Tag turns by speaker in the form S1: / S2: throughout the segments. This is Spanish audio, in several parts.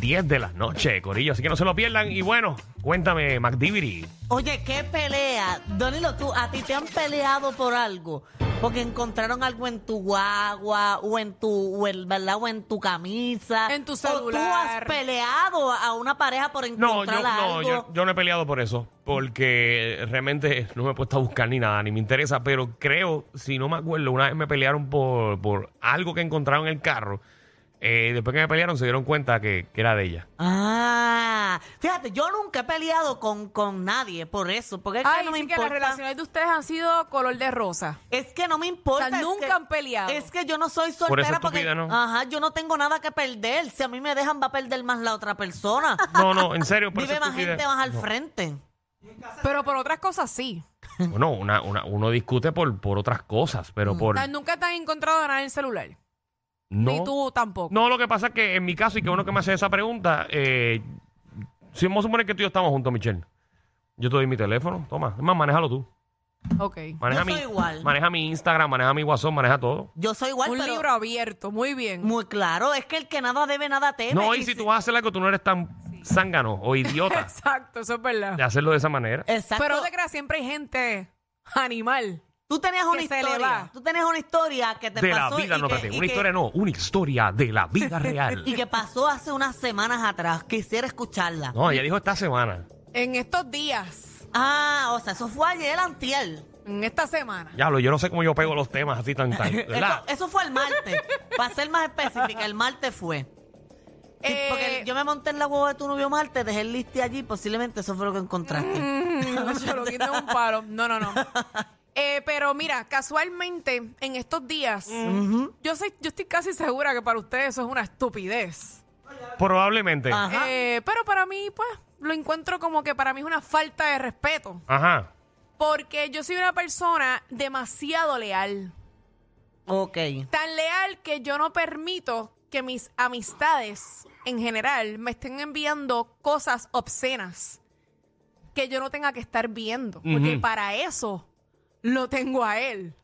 S1: 10 de la noche, Corillo. Así que no se lo pierdan. Y bueno, cuéntame, McDiviry.
S2: Oye, qué pelea. Danilo, tú, a ti te han peleado por algo. Porque encontraron algo en tu guagua, o en tu, o en- ¿verdad? O en tu camisa.
S3: En tu
S2: O tú has
S3: celular.
S2: peleado a una pareja por
S1: No,
S2: encontrar
S1: yo no,
S2: algo.
S1: yo, yo no he peleado por eso. Porque realmente no me he puesto a buscar ni nada, ni me interesa. Pero creo, si no me acuerdo, una vez me pelearon por, por algo que encontraron en el carro. Eh, después que me pelearon, se dieron cuenta que, que era de ella.
S2: Ah, fíjate, yo nunca he peleado con, con nadie por eso. Porque es que
S3: Ay,
S2: no me
S3: sí que las
S2: importa.
S3: relaciones de ustedes han sido color de rosa.
S2: Es que no me importa.
S3: O sea,
S2: es
S3: nunca
S2: que-
S3: han peleado.
S2: Es que yo no soy soltera
S1: Por eso es tu
S2: porque.
S1: vida, ¿no?
S2: Ajá, yo no tengo nada que perder. Si a mí me dejan, va a perder más la otra persona.
S1: No, no, en serio. por
S2: Vive
S1: eso
S2: más
S1: estupidez.
S2: gente más al
S1: No.
S2: frente.
S3: Pero por otras cosas sí.
S1: Bueno, una, una- uno discute por, por otras cosas,
S2: Mm.
S1: pero
S3: O
S1: por...
S3: sea, nunca te han encontrado nada en el celular.
S1: no.
S3: Ni tú tampoco.
S1: No, lo que pasa es que en mi caso, y que uno que me hace esa pregunta, eh, si vamos a suponer que tú y yo estamos juntos, Michelle, yo te doy mi teléfono, toma. Es más, manéjalo tú.
S3: Ok.
S1: Maneja,
S2: Yo
S1: mi,
S2: soy igual.
S1: maneja mi Instagram, maneja mi WhatsApp, maneja todo.
S2: Yo soy igual,
S3: Un
S2: pero
S3: libro abierto, muy bien.
S2: muy claro, es que el que nada debe, nada teme.
S1: No, y si tú vas a hacer algo, tú no eres tan zángano o idiota
S3: Exacto, eso es verdad.
S1: de hacerlo de esa manera.
S2: Exacto.
S3: Pero no te creas, siempre hay gente animal.
S2: tú tenías una
S3: que se le
S2: historia.
S3: va.
S2: Tú tenías una historia que te
S1: De la
S2: pasó.
S1: vida,
S2: y
S1: no,
S2: que,
S1: espérate,
S2: y
S1: una
S2: que-
S1: historia no, una historia de la vida real.
S2: Y que pasó hace unas semanas atrás. Quisiera escucharla.
S1: No, ella dijo esta semana.
S3: En estos días,
S2: Ah, o sea, eso fue ayer, antier.
S3: en esta semana.
S1: Ya lo, yo no sé cómo yo pego los temas así tan, tan ¿verdad?
S2: Eso, eso fue el martes. Para ser más específica, el martes fue. Sí,
S3: Eh,
S2: porque yo me monté en la hueva de tu novio martes, dejé el liste allí, posiblemente eso fue lo que encontraste.
S3: Mm, yo lo quité en un palo. No, no, no. Eh, pero mira, casualmente, en estos días, yo, sé, yo estoy casi segura que para ustedes eso es una estupidez.
S1: Probablemente.
S2: Ah. Ajá.
S3: Eh, pero para mí, pues, lo encuentro como que para mí es una falta de respeto.
S1: Ajá.
S3: Porque yo soy una persona demasiado leal.
S2: Ok.
S3: Tan leal que yo no permito que mis amistades en general me estén enviando cosas obscenas que yo no tenga que estar viendo. Porque
S1: Ujú.
S3: para eso lo tengo a él.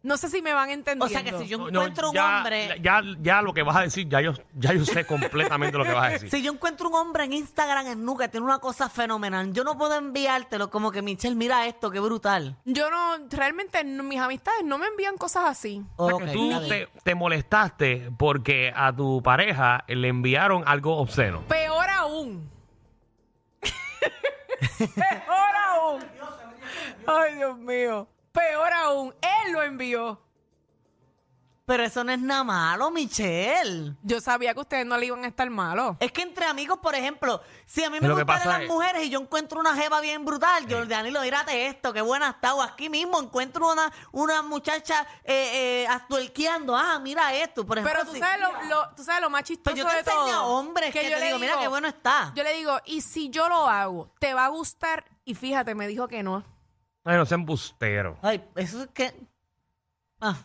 S3: No sé si me van entendiendo.
S2: O sea que si yo
S1: No,
S2: encuentro un
S1: ya-
S2: hombre.
S1: Ya, ya lo que vas a decir, ya yo, ya yo sé completamente lo que vas a decir.
S2: Si yo encuentro un hombre en Instagram en nu que tiene una cosa fenomenal, yo no puedo enviártelo como que Michelle, mira esto, qué brutal.
S3: Yo no, realmente no- mis amistades no me envían cosas así.
S1: O sea, que
S2: Ok, está
S1: tú
S2: bien.
S1: te, te molestaste porque a tu pareja le enviaron algo obsceno.
S3: Peor aún. Peor aún. Ay, Dios mío. Peor aún. Él lo envió.
S2: Pero eso no es nada malo, Michelle.
S3: Yo sabía que ustedes no le iban a estar malos.
S2: Es que entre amigos, por ejemplo, si a mí me
S1: Lo que
S2: gustan
S1: pasa
S2: las
S1: es-
S2: mujeres y yo encuentro una jeva bien brutal, yo, Danilo, mírate esto, qué buena está. O aquí mismo encuentro una, una muchacha eh, eh, astuerqueando, ah, mira esto. Por ejemplo,
S3: Pero tú
S2: si-
S3: sabes lo, lo- tú sabes lo más chistoso
S2: Pero Pues yo te
S3: de
S2: enseño a
S3: todo.
S2: hombres que, te
S3: le
S2: digo, mira qué bueno está.
S3: Yo le digo, y si yo lo hago, ¿te va a gustar? Y fíjate, me dijo que no.
S1: Ay, no sean embustero.
S2: Ay, eso es que... Ah,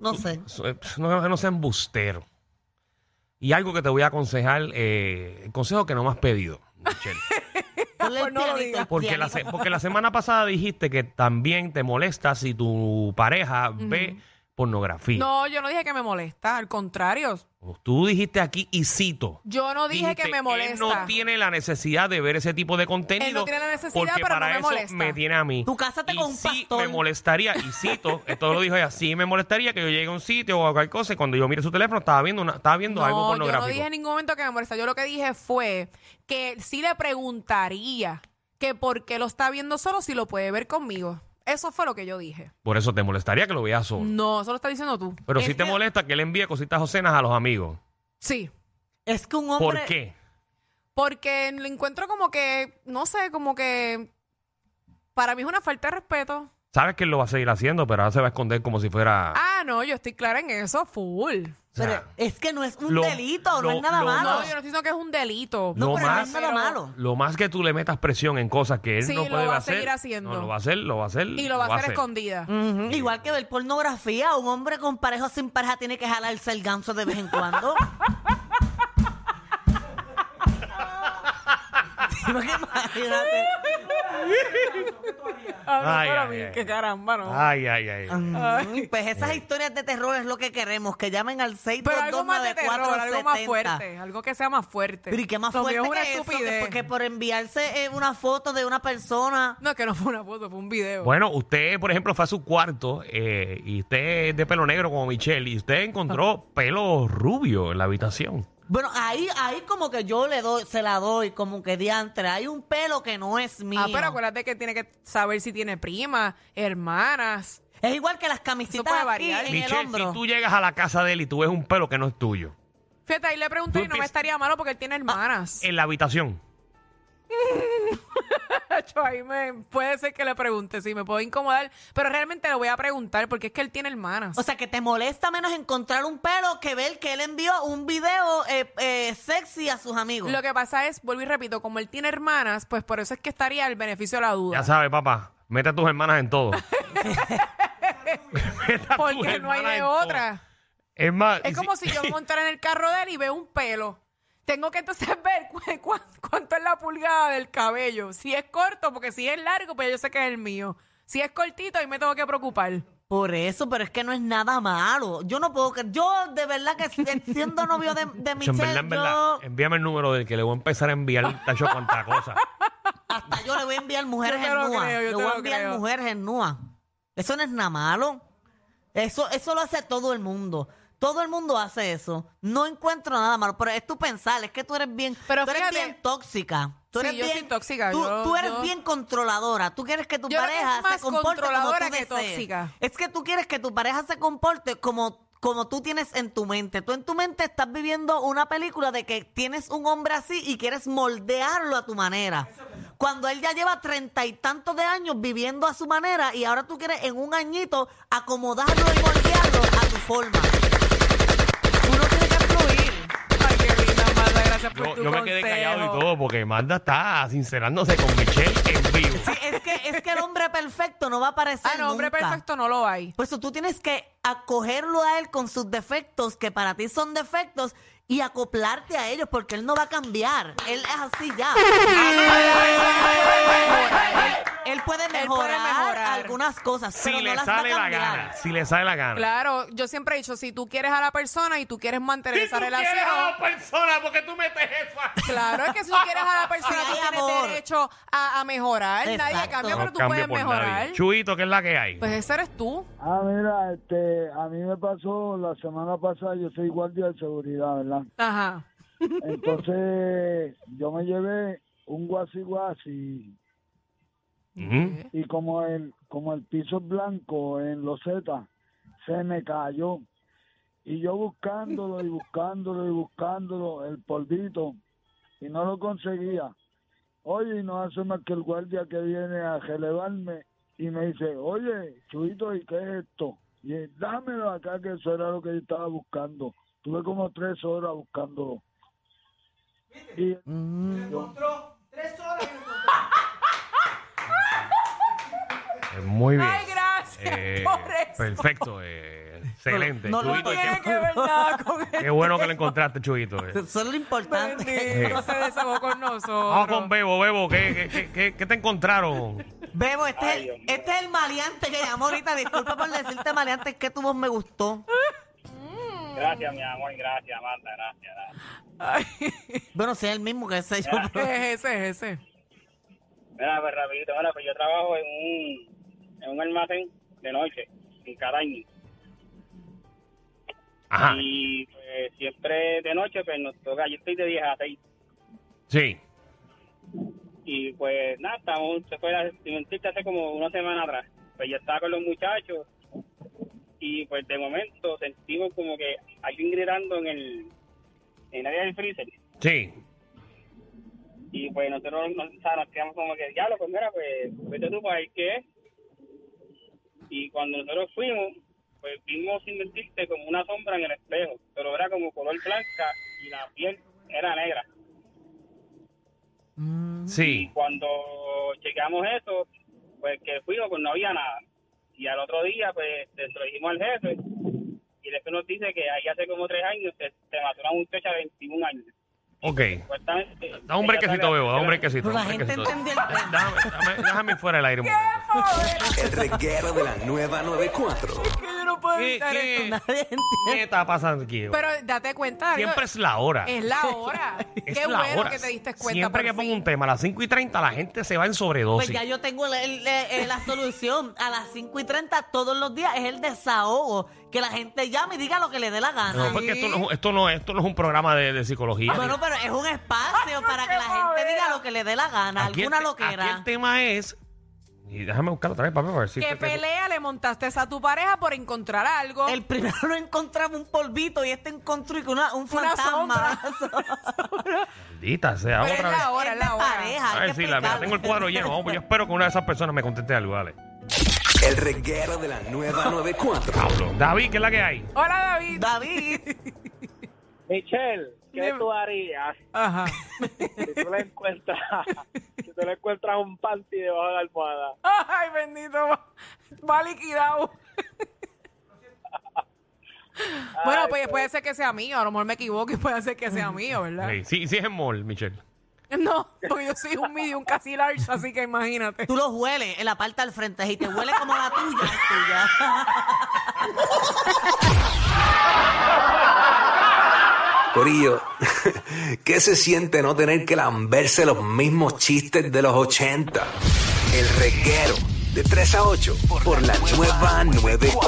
S2: no sé.
S1: So- eh, No, no sean embustero. Y algo que te voy a aconsejar, eh, el consejo que no me has pedido, Michelle.
S2: Ponle el
S3: Pues no lo
S2: pianito,
S3: digas.
S2: el
S1: Porque la,
S2: pianito.
S1: se- porque la semana pasada dijiste que también te molesta si tu pareja ve pornografía.
S3: No, yo no dije que me molesta, al contrario.
S1: Tú dijiste aquí y cito.
S3: Yo no dije
S1: Dijiste,
S3: que me molesta.
S1: Él no tiene la necesidad de ver ese tipo de contenido.
S3: Él no tiene la necesidad,
S1: porque
S3: pero
S1: para
S3: no me
S1: eso
S3: molesta.
S1: me tiene a mí.
S2: Tú cásate
S1: Y
S2: con un
S1: sí
S2: pastor.
S1: me molestaría, y cito, esto lo dijo ella, sí me molestaría que yo llegue a un sitio o a cualquier cosa y cuando yo mire su teléfono estaba viendo, una- estaba viendo algo
S3: No, yo no
S1: pornográfico.
S3: dije en ningún momento que me molesta. Yo lo que dije fue que sí le preguntaría que por qué lo está viendo solo si lo puede ver conmigo. Eso fue lo que yo dije.
S1: Por eso te molestaría que lo veas solo.
S3: No, eso lo estás diciendo tú.
S1: Pero
S2: Es
S1: sí te
S2: que-
S1: molesta que él envíe cositas ocenas a los amigos.
S3: Sí.
S2: Es que un hombre.
S1: ¿Por qué?
S3: Porque lo encuentro como que, no sé, como que para mí es una falta de respeto.
S1: Sabes que él lo va a seguir haciendo, pero ahora se va a esconder como si fuera...
S3: Ah, no, yo estoy clara en eso, full.
S1: o sea,
S2: Pero es que no es un
S1: lo-
S2: delito,
S1: lo-
S2: no es nada
S1: lo-
S2: malo.
S3: No, yo no estoy diciendo que es un delito.
S1: Ah. No,
S2: No, pero no
S1: más.
S2: es nada malo.
S1: Lo más que tú le metas presión en cosas que él
S3: Sí,
S1: no
S3: lo
S1: puede
S3: va a
S1: hacer.
S3: seguir haciendo.
S1: No, lo va a hacer, lo va a hacer.
S3: Y lo va a hacer escondida.
S2: Ujú, Igual que ver pornografía, un hombre con pareja o sin pareja tiene que jalarse el ganso de vez en cuando. Imagínate.
S3: Ah, no,
S1: Ay,
S3: pero
S1: ay,
S3: mí,
S1: ay.
S3: qué caramba, no.
S1: Ay, ay, ay.
S2: Ujú, Pues esas historias de terror es lo que queremos, que llamen al 6229470.
S3: Pero algo más de terror, algo más fuerte, algo que sea más fuerte.
S2: Pero ¿y qué más
S3: Lo
S2: fuerte
S3: mío es una
S2: que eso?
S3: estupidez.
S2: Que porque por enviarse eh, una foto de una persona...
S3: No, que no fue una foto, fue un video.
S1: Bueno, usted, por ejemplo, fue a su cuarto eh, y usted es de pelo negro como Michelle y usted encontró pelo rubio en la habitación.
S2: Bueno, ahí, ahí como que yo le doy, se la doy, como que diantre. Hay un pelo que no es mío.
S3: ah, pero acuérdate que tiene que saber si tiene primas, hermanas.
S2: Es igual que las
S3: Eso
S2: camisitas
S3: puede
S2: aquí en
S3: variar.
S2: el
S1: Michelle,
S2: hombro.
S1: si tú llegas a la casa de él y tú ves un pelo que no es tuyo
S3: Fíjate, ahí le pregunté
S1: Tú
S3: y no me
S1: empiezas-
S3: estaría malo porque él tiene
S2: Ah,
S3: hermanas.
S2: eh.
S1: en la habitación.
S3: Chacho, ahí me- puede ser que le pregunte, sí, me puedo incomodar, pero realmente le voy a preguntar porque es que él tiene hermanas.
S2: O sea, que te molesta menos encontrar un pelo que ver que él envió un video eh, eh, sexy a sus amigos.
S3: lo que pasa es, vuelvo y repito, como él tiene hermanas, pues por eso es que estaría el beneficio de la duda.
S1: Ya sabes, papá, mete a tus hermanas en todo. Mete a tus
S3: porque no hay
S1: hermanas
S3: de
S1: en todo.
S3: otra.
S1: Es más, y
S3: Es
S1: si-
S3: como si yo me montara en el carro de él y veo un pelo. Tengo que entonces ver cu- cu- cuánto es la pulgada del cabello. Si es corto, porque si es largo, pues yo sé que es el mío. Si es cortito, ahí me tengo que preocupar.
S2: Por eso, pero es que no es nada malo. Yo no puedo creer. Yo, de verdad, que si- siendo novio de, de
S1: Tacho, en
S2: Michelle,
S1: verdad, en verdad,
S2: yo,
S1: envíame el número del que le voy a empezar a enviar tacho cuanta cosa.
S2: hasta yo le voy a enviar mujeres
S3: Yo te
S2: en
S3: lo
S2: nua.
S3: creo, yo
S2: le
S3: te
S2: voy a
S3: lo
S2: enviar
S3: creo.
S2: mujeres en nua. Eso no es nada malo. Eso, eso lo hace todo el mundo. Todo el mundo hace eso. No encuentro nada malo, pero es tu pensar, es que tú eres bien,
S3: Pero
S2: tú eres
S3: fíjate-
S2: bien tóxica. Tú
S3: Sí,
S2: eres
S3: yo
S2: bien,
S3: soy tóxica,
S2: Tú,
S3: yo-
S2: tú eres
S3: yo-
S2: bien controladora. Tú quieres que tu
S3: Yo creo que
S2: pareja
S3: es más
S2: se comporte como
S3: controladora
S2: tú
S3: que
S2: desees.
S3: tóxica.
S2: Es que tú quieres que tu pareja se comporte como, como tú tienes en tu mente. Tú en tu mente estás viviendo una película de que tienes un hombre así y quieres moldearlo a tu manera. Cuando él ya lleva treinta y tantos de años viviendo a su manera y ahora tú quieres en un añito acomodarlo y moldearlo a tu forma. Tú no tienes que fluir.
S3: Ay, qué linda, Amanda, gracias por
S1: Yo,
S3: tu
S1: yo me quedé callado y
S3: consejo.
S1: todo porque Manda está sincerándose con Michelle en vivo.
S2: Sí, es que, es que el hombre perfecto no va a aparecer
S3: Ah, no, hombre
S2: nunca.
S3: perfecto no lo hay.
S2: Por eso tú tienes que acogerlo a él con sus defectos, que para ti son defectos, y acoplarte a ellos, porque él no va a cambiar. Él es así ya. Él puede mejorar,
S3: mejorar.
S2: algunas cosas,
S1: si
S2: pero no
S1: le
S2: las va a
S1: sale la
S2: cambiar.
S1: gana, si le sale la gana.
S3: Claro, yo siempre he dicho, si tú quieres a la persona y tú quieres mantener
S1: Si
S3: esa
S1: tú
S3: relación...
S1: quieres a la persona, porque tú metes eso ahí?
S3: Claro, es que si tú quieres a la persona,
S2: Sí,
S3: tú tienes
S2: amor.
S3: derecho a, a mejorar. Nadie
S2: Exacto.
S3: cambia,
S2: No
S3: pero tú
S1: cambio
S3: puedes
S1: por
S3: mejorar.
S1: nadie. Chuito, que es la que hay.
S3: Pues ese eres tú.
S4: Ah, mira, este, a mí me pasó la semana pasada, yo soy guardia de seguridad, ¿verdad?
S3: Ajá.
S4: Entonces, yo me llevé un guasi guasi
S1: Ujú.
S4: y como el, como el piso es blanco en los Z, se me cayó. Y yo buscándolo y buscándolo y buscándolo, el polvito, y no lo conseguía. Oye, y no hace más que el guardia que viene a relevarme y me dice, oye, Chuito, ¿y qué es esto? Y él, dámelo acá, que eso era lo que yo estaba buscando. Tuve como tres horas buscándolo. Y
S1: Eh, Muy bien.
S3: Ay, gracias
S1: Eh,
S3: por eso.
S1: perfecto, eh, excelente.
S2: No, no
S3: No
S1: Chuyito,
S3: tiene
S1: qué,
S3: que ver nada con esto.
S1: qué bueno que lo encontraste, Chuito. eh.
S2: Eso es lo importante.
S3: Bendito, se desahogó con nosotros.
S1: Ah, Vamos con Bebo, Bebo, ¿qué, qué- qué- qué- qué te encontraron?
S2: Bebo, este,
S5: Ay,
S2: es,
S5: Dios
S2: el-
S5: mío.
S2: este es el maleante que llamó ahorita. Disculpa por decirte maleante, es que tu voz me gustó.
S5: Gracias, mi amor, gracias, Amanda, gracias. gracias.
S3: Ay,
S2: Bueno, si es el mismo, que sé yo. pero-
S3: es ese, es ese.
S5: Mira, pues rapidito, mira, pues yo trabajo en un, en un almacén de noche, en Carañi.
S1: Ajá.
S5: Y pues siempre de noche, pues nos toca, yo estoy de 10 a 6.
S1: Sí.
S5: Y pues nada, estamos, se fue la si mentiste, hace como una semana atrás. Pues yo estaba con los muchachos y pues de momento sentimos como que alguien gritando en el, en el área del freezer.
S1: Sí.
S5: Y pues nosotros nos, o sea, nos quedamos como que, diablo, pues mira, pues vete tú para ver qué es. Y cuando nosotros fuimos, pues vimos sin mentirte como una sombra en el espejo, pero era como color blanca y la piel era negra.
S1: Sí.
S5: Cuando chequeamos eso, pues que fuimos, pues no había nada. Y al otro día, pues se lo dijimos al jefe. Y después nos dice que ahí hace como tres años se, se mató una muchacha de 21 años.
S1: Ok.
S5: Supuestamente,
S1: Da un
S5: ella
S1: brequecito,
S5: sale-
S1: Bebo. Da un brequecito.
S2: Pero
S1: da
S2: la
S1: un
S2: gente
S1: brequecito.
S2: entendió el tema.
S1: Déjame, déjame- déjame ir fuera del aire un momento.
S6: El reguero de la nueva 94.
S3: Que yo no puedo
S1: ¿Qué,
S3: evitar esto.
S1: qué-
S2: Nadie entiende.
S1: qué está pasando aquí? Bebo?
S3: Pero date cuenta, Darío,
S1: Siempre es la hora.
S3: es la hora.
S1: Es
S3: Qué
S1: la
S3: bueno
S1: hora.
S3: que te diste cuenta.
S1: Siempre
S3: por
S1: que
S3: fin.
S1: pongo un tema a las 5 y 30, la gente se va en
S2: Pues
S1: sobredosis.
S2: ya yo tengo el- el- el- la solución. A las 5 y 30 todos los días es el desahogo. Que la gente llame y diga lo que le dé la gana. Ah,
S1: No, porque esto no, esto, no, esto no es un programa de, de psicología.
S2: Bueno, pero es un espacio para que la gente diga lo que le dé la gana.
S1: Aquí el
S2: Alguna
S1: te- Aquí
S2: loquera.
S1: el tema es. Y déjame buscar otra vez, papá, para ver si.
S3: ¿Qué
S1: esto-
S3: pelea le montaste a tu pareja por encontrar algo?
S2: El primero no encontramos un polvito y este encontró y que una, un fantasma.
S1: Maldita sea,
S3: Pero es
S1: otra vez.
S3: la hora, es
S2: Es de
S3: la hora.
S2: pareja.
S1: A
S2: hay
S1: ver
S2: que
S1: si la mira,
S2: explicarlo.
S1: tengo el cuadro lleno. Vamos, pues yo espero que una de esas personas me conteste algo, dale.
S6: El reguero de la nueva 94.
S1: Pablo. David, ¿qué es la que hay?
S3: Hola, David.
S2: David,
S5: Michelle, ¿qué
S3: Dime.
S5: tú harías
S3: Ajá.
S5: si tú le encuentras, si tú le encuentras un panty debajo de la almohada?
S3: Ay, bendito. va- Va liquidado. bueno, pues puede ser que sea mío. A lo mejor me equivoco y puede ser que sea mío, ¿verdad?
S1: Sí, sí, sí es en mall, Michelle.
S3: No, porque yo soy un medium casi large, así que imagínate.
S2: tú los hueles en la parte al frente y te huele como la tuya. es tuya.
S6: Corillo, ¿qué se siente no tener que lamberse los mismos chistes de los 80? El reguero de 3 a 8 por la nueva 94.